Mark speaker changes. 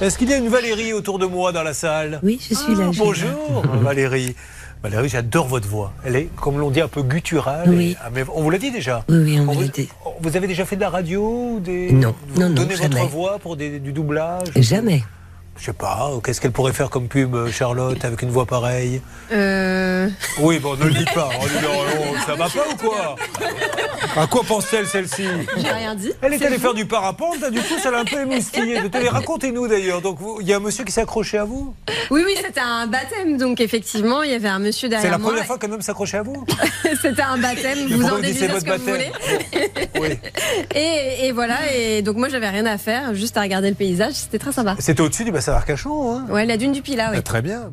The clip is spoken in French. Speaker 1: Est-ce qu'il y a une Valérie autour de moi dans la salle Ah,
Speaker 2: Oui, je suis là. je suis là.
Speaker 1: Bonjour hein, Valérie. Valérie, j'adore votre voix. Elle est, comme l'on dit, un peu gutturale.
Speaker 2: Oui.
Speaker 1: et- ah, mais on vous l'a dit déjà
Speaker 2: Oui, oui, on me
Speaker 1: vous,
Speaker 2: l'a dit.
Speaker 1: vous avez déjà fait de la radio ou des...
Speaker 2: Non, non, non,
Speaker 1: Donnez
Speaker 2: jamais.
Speaker 1: votre voix pour des- du doublage
Speaker 2: Jamais.
Speaker 1: Je sais pas, euh, qu'est-ce qu'elle pourrait faire comme pub, euh, Charlotte, avec une voix pareille
Speaker 3: Euh,
Speaker 1: Oui, bon, ne le dites pas. Oh, dis donc, oh, ça va pas ou quoi À quoi pense-t-elle, celle-ci
Speaker 3: j'ai rien dit.
Speaker 1: Elle est allée faire du parapente, là, du coup, ça l'a un peu émoustillée. Tenez, Racontez-nous d'ailleurs. Donc, vous- il y a un monsieur qui s'est accroché à vous
Speaker 3: Oui, oui, c'était un baptême. Donc, effectivement, il y avait un monsieur
Speaker 1: C'est la
Speaker 3: derrière moi.
Speaker 1: première fois qu'un homme s'accrochait à vous
Speaker 3: C'était un baptême.
Speaker 1: Mais
Speaker 3: Vous
Speaker 1: pourquoi
Speaker 3: en
Speaker 1: vous dites
Speaker 3: déduisez
Speaker 1: c'est
Speaker 3: ce que
Speaker 1: votre
Speaker 3: vous voulez.
Speaker 1: Oui.
Speaker 3: Et, et voilà. Et donc, moi, j'avais rien à faire, juste à regarder le paysage. C'était très sympa.
Speaker 1: C'était au-dessus du bassin d'Arcachon, hein
Speaker 3: Ouais, la dune du Pilat, oui.
Speaker 1: Très bien.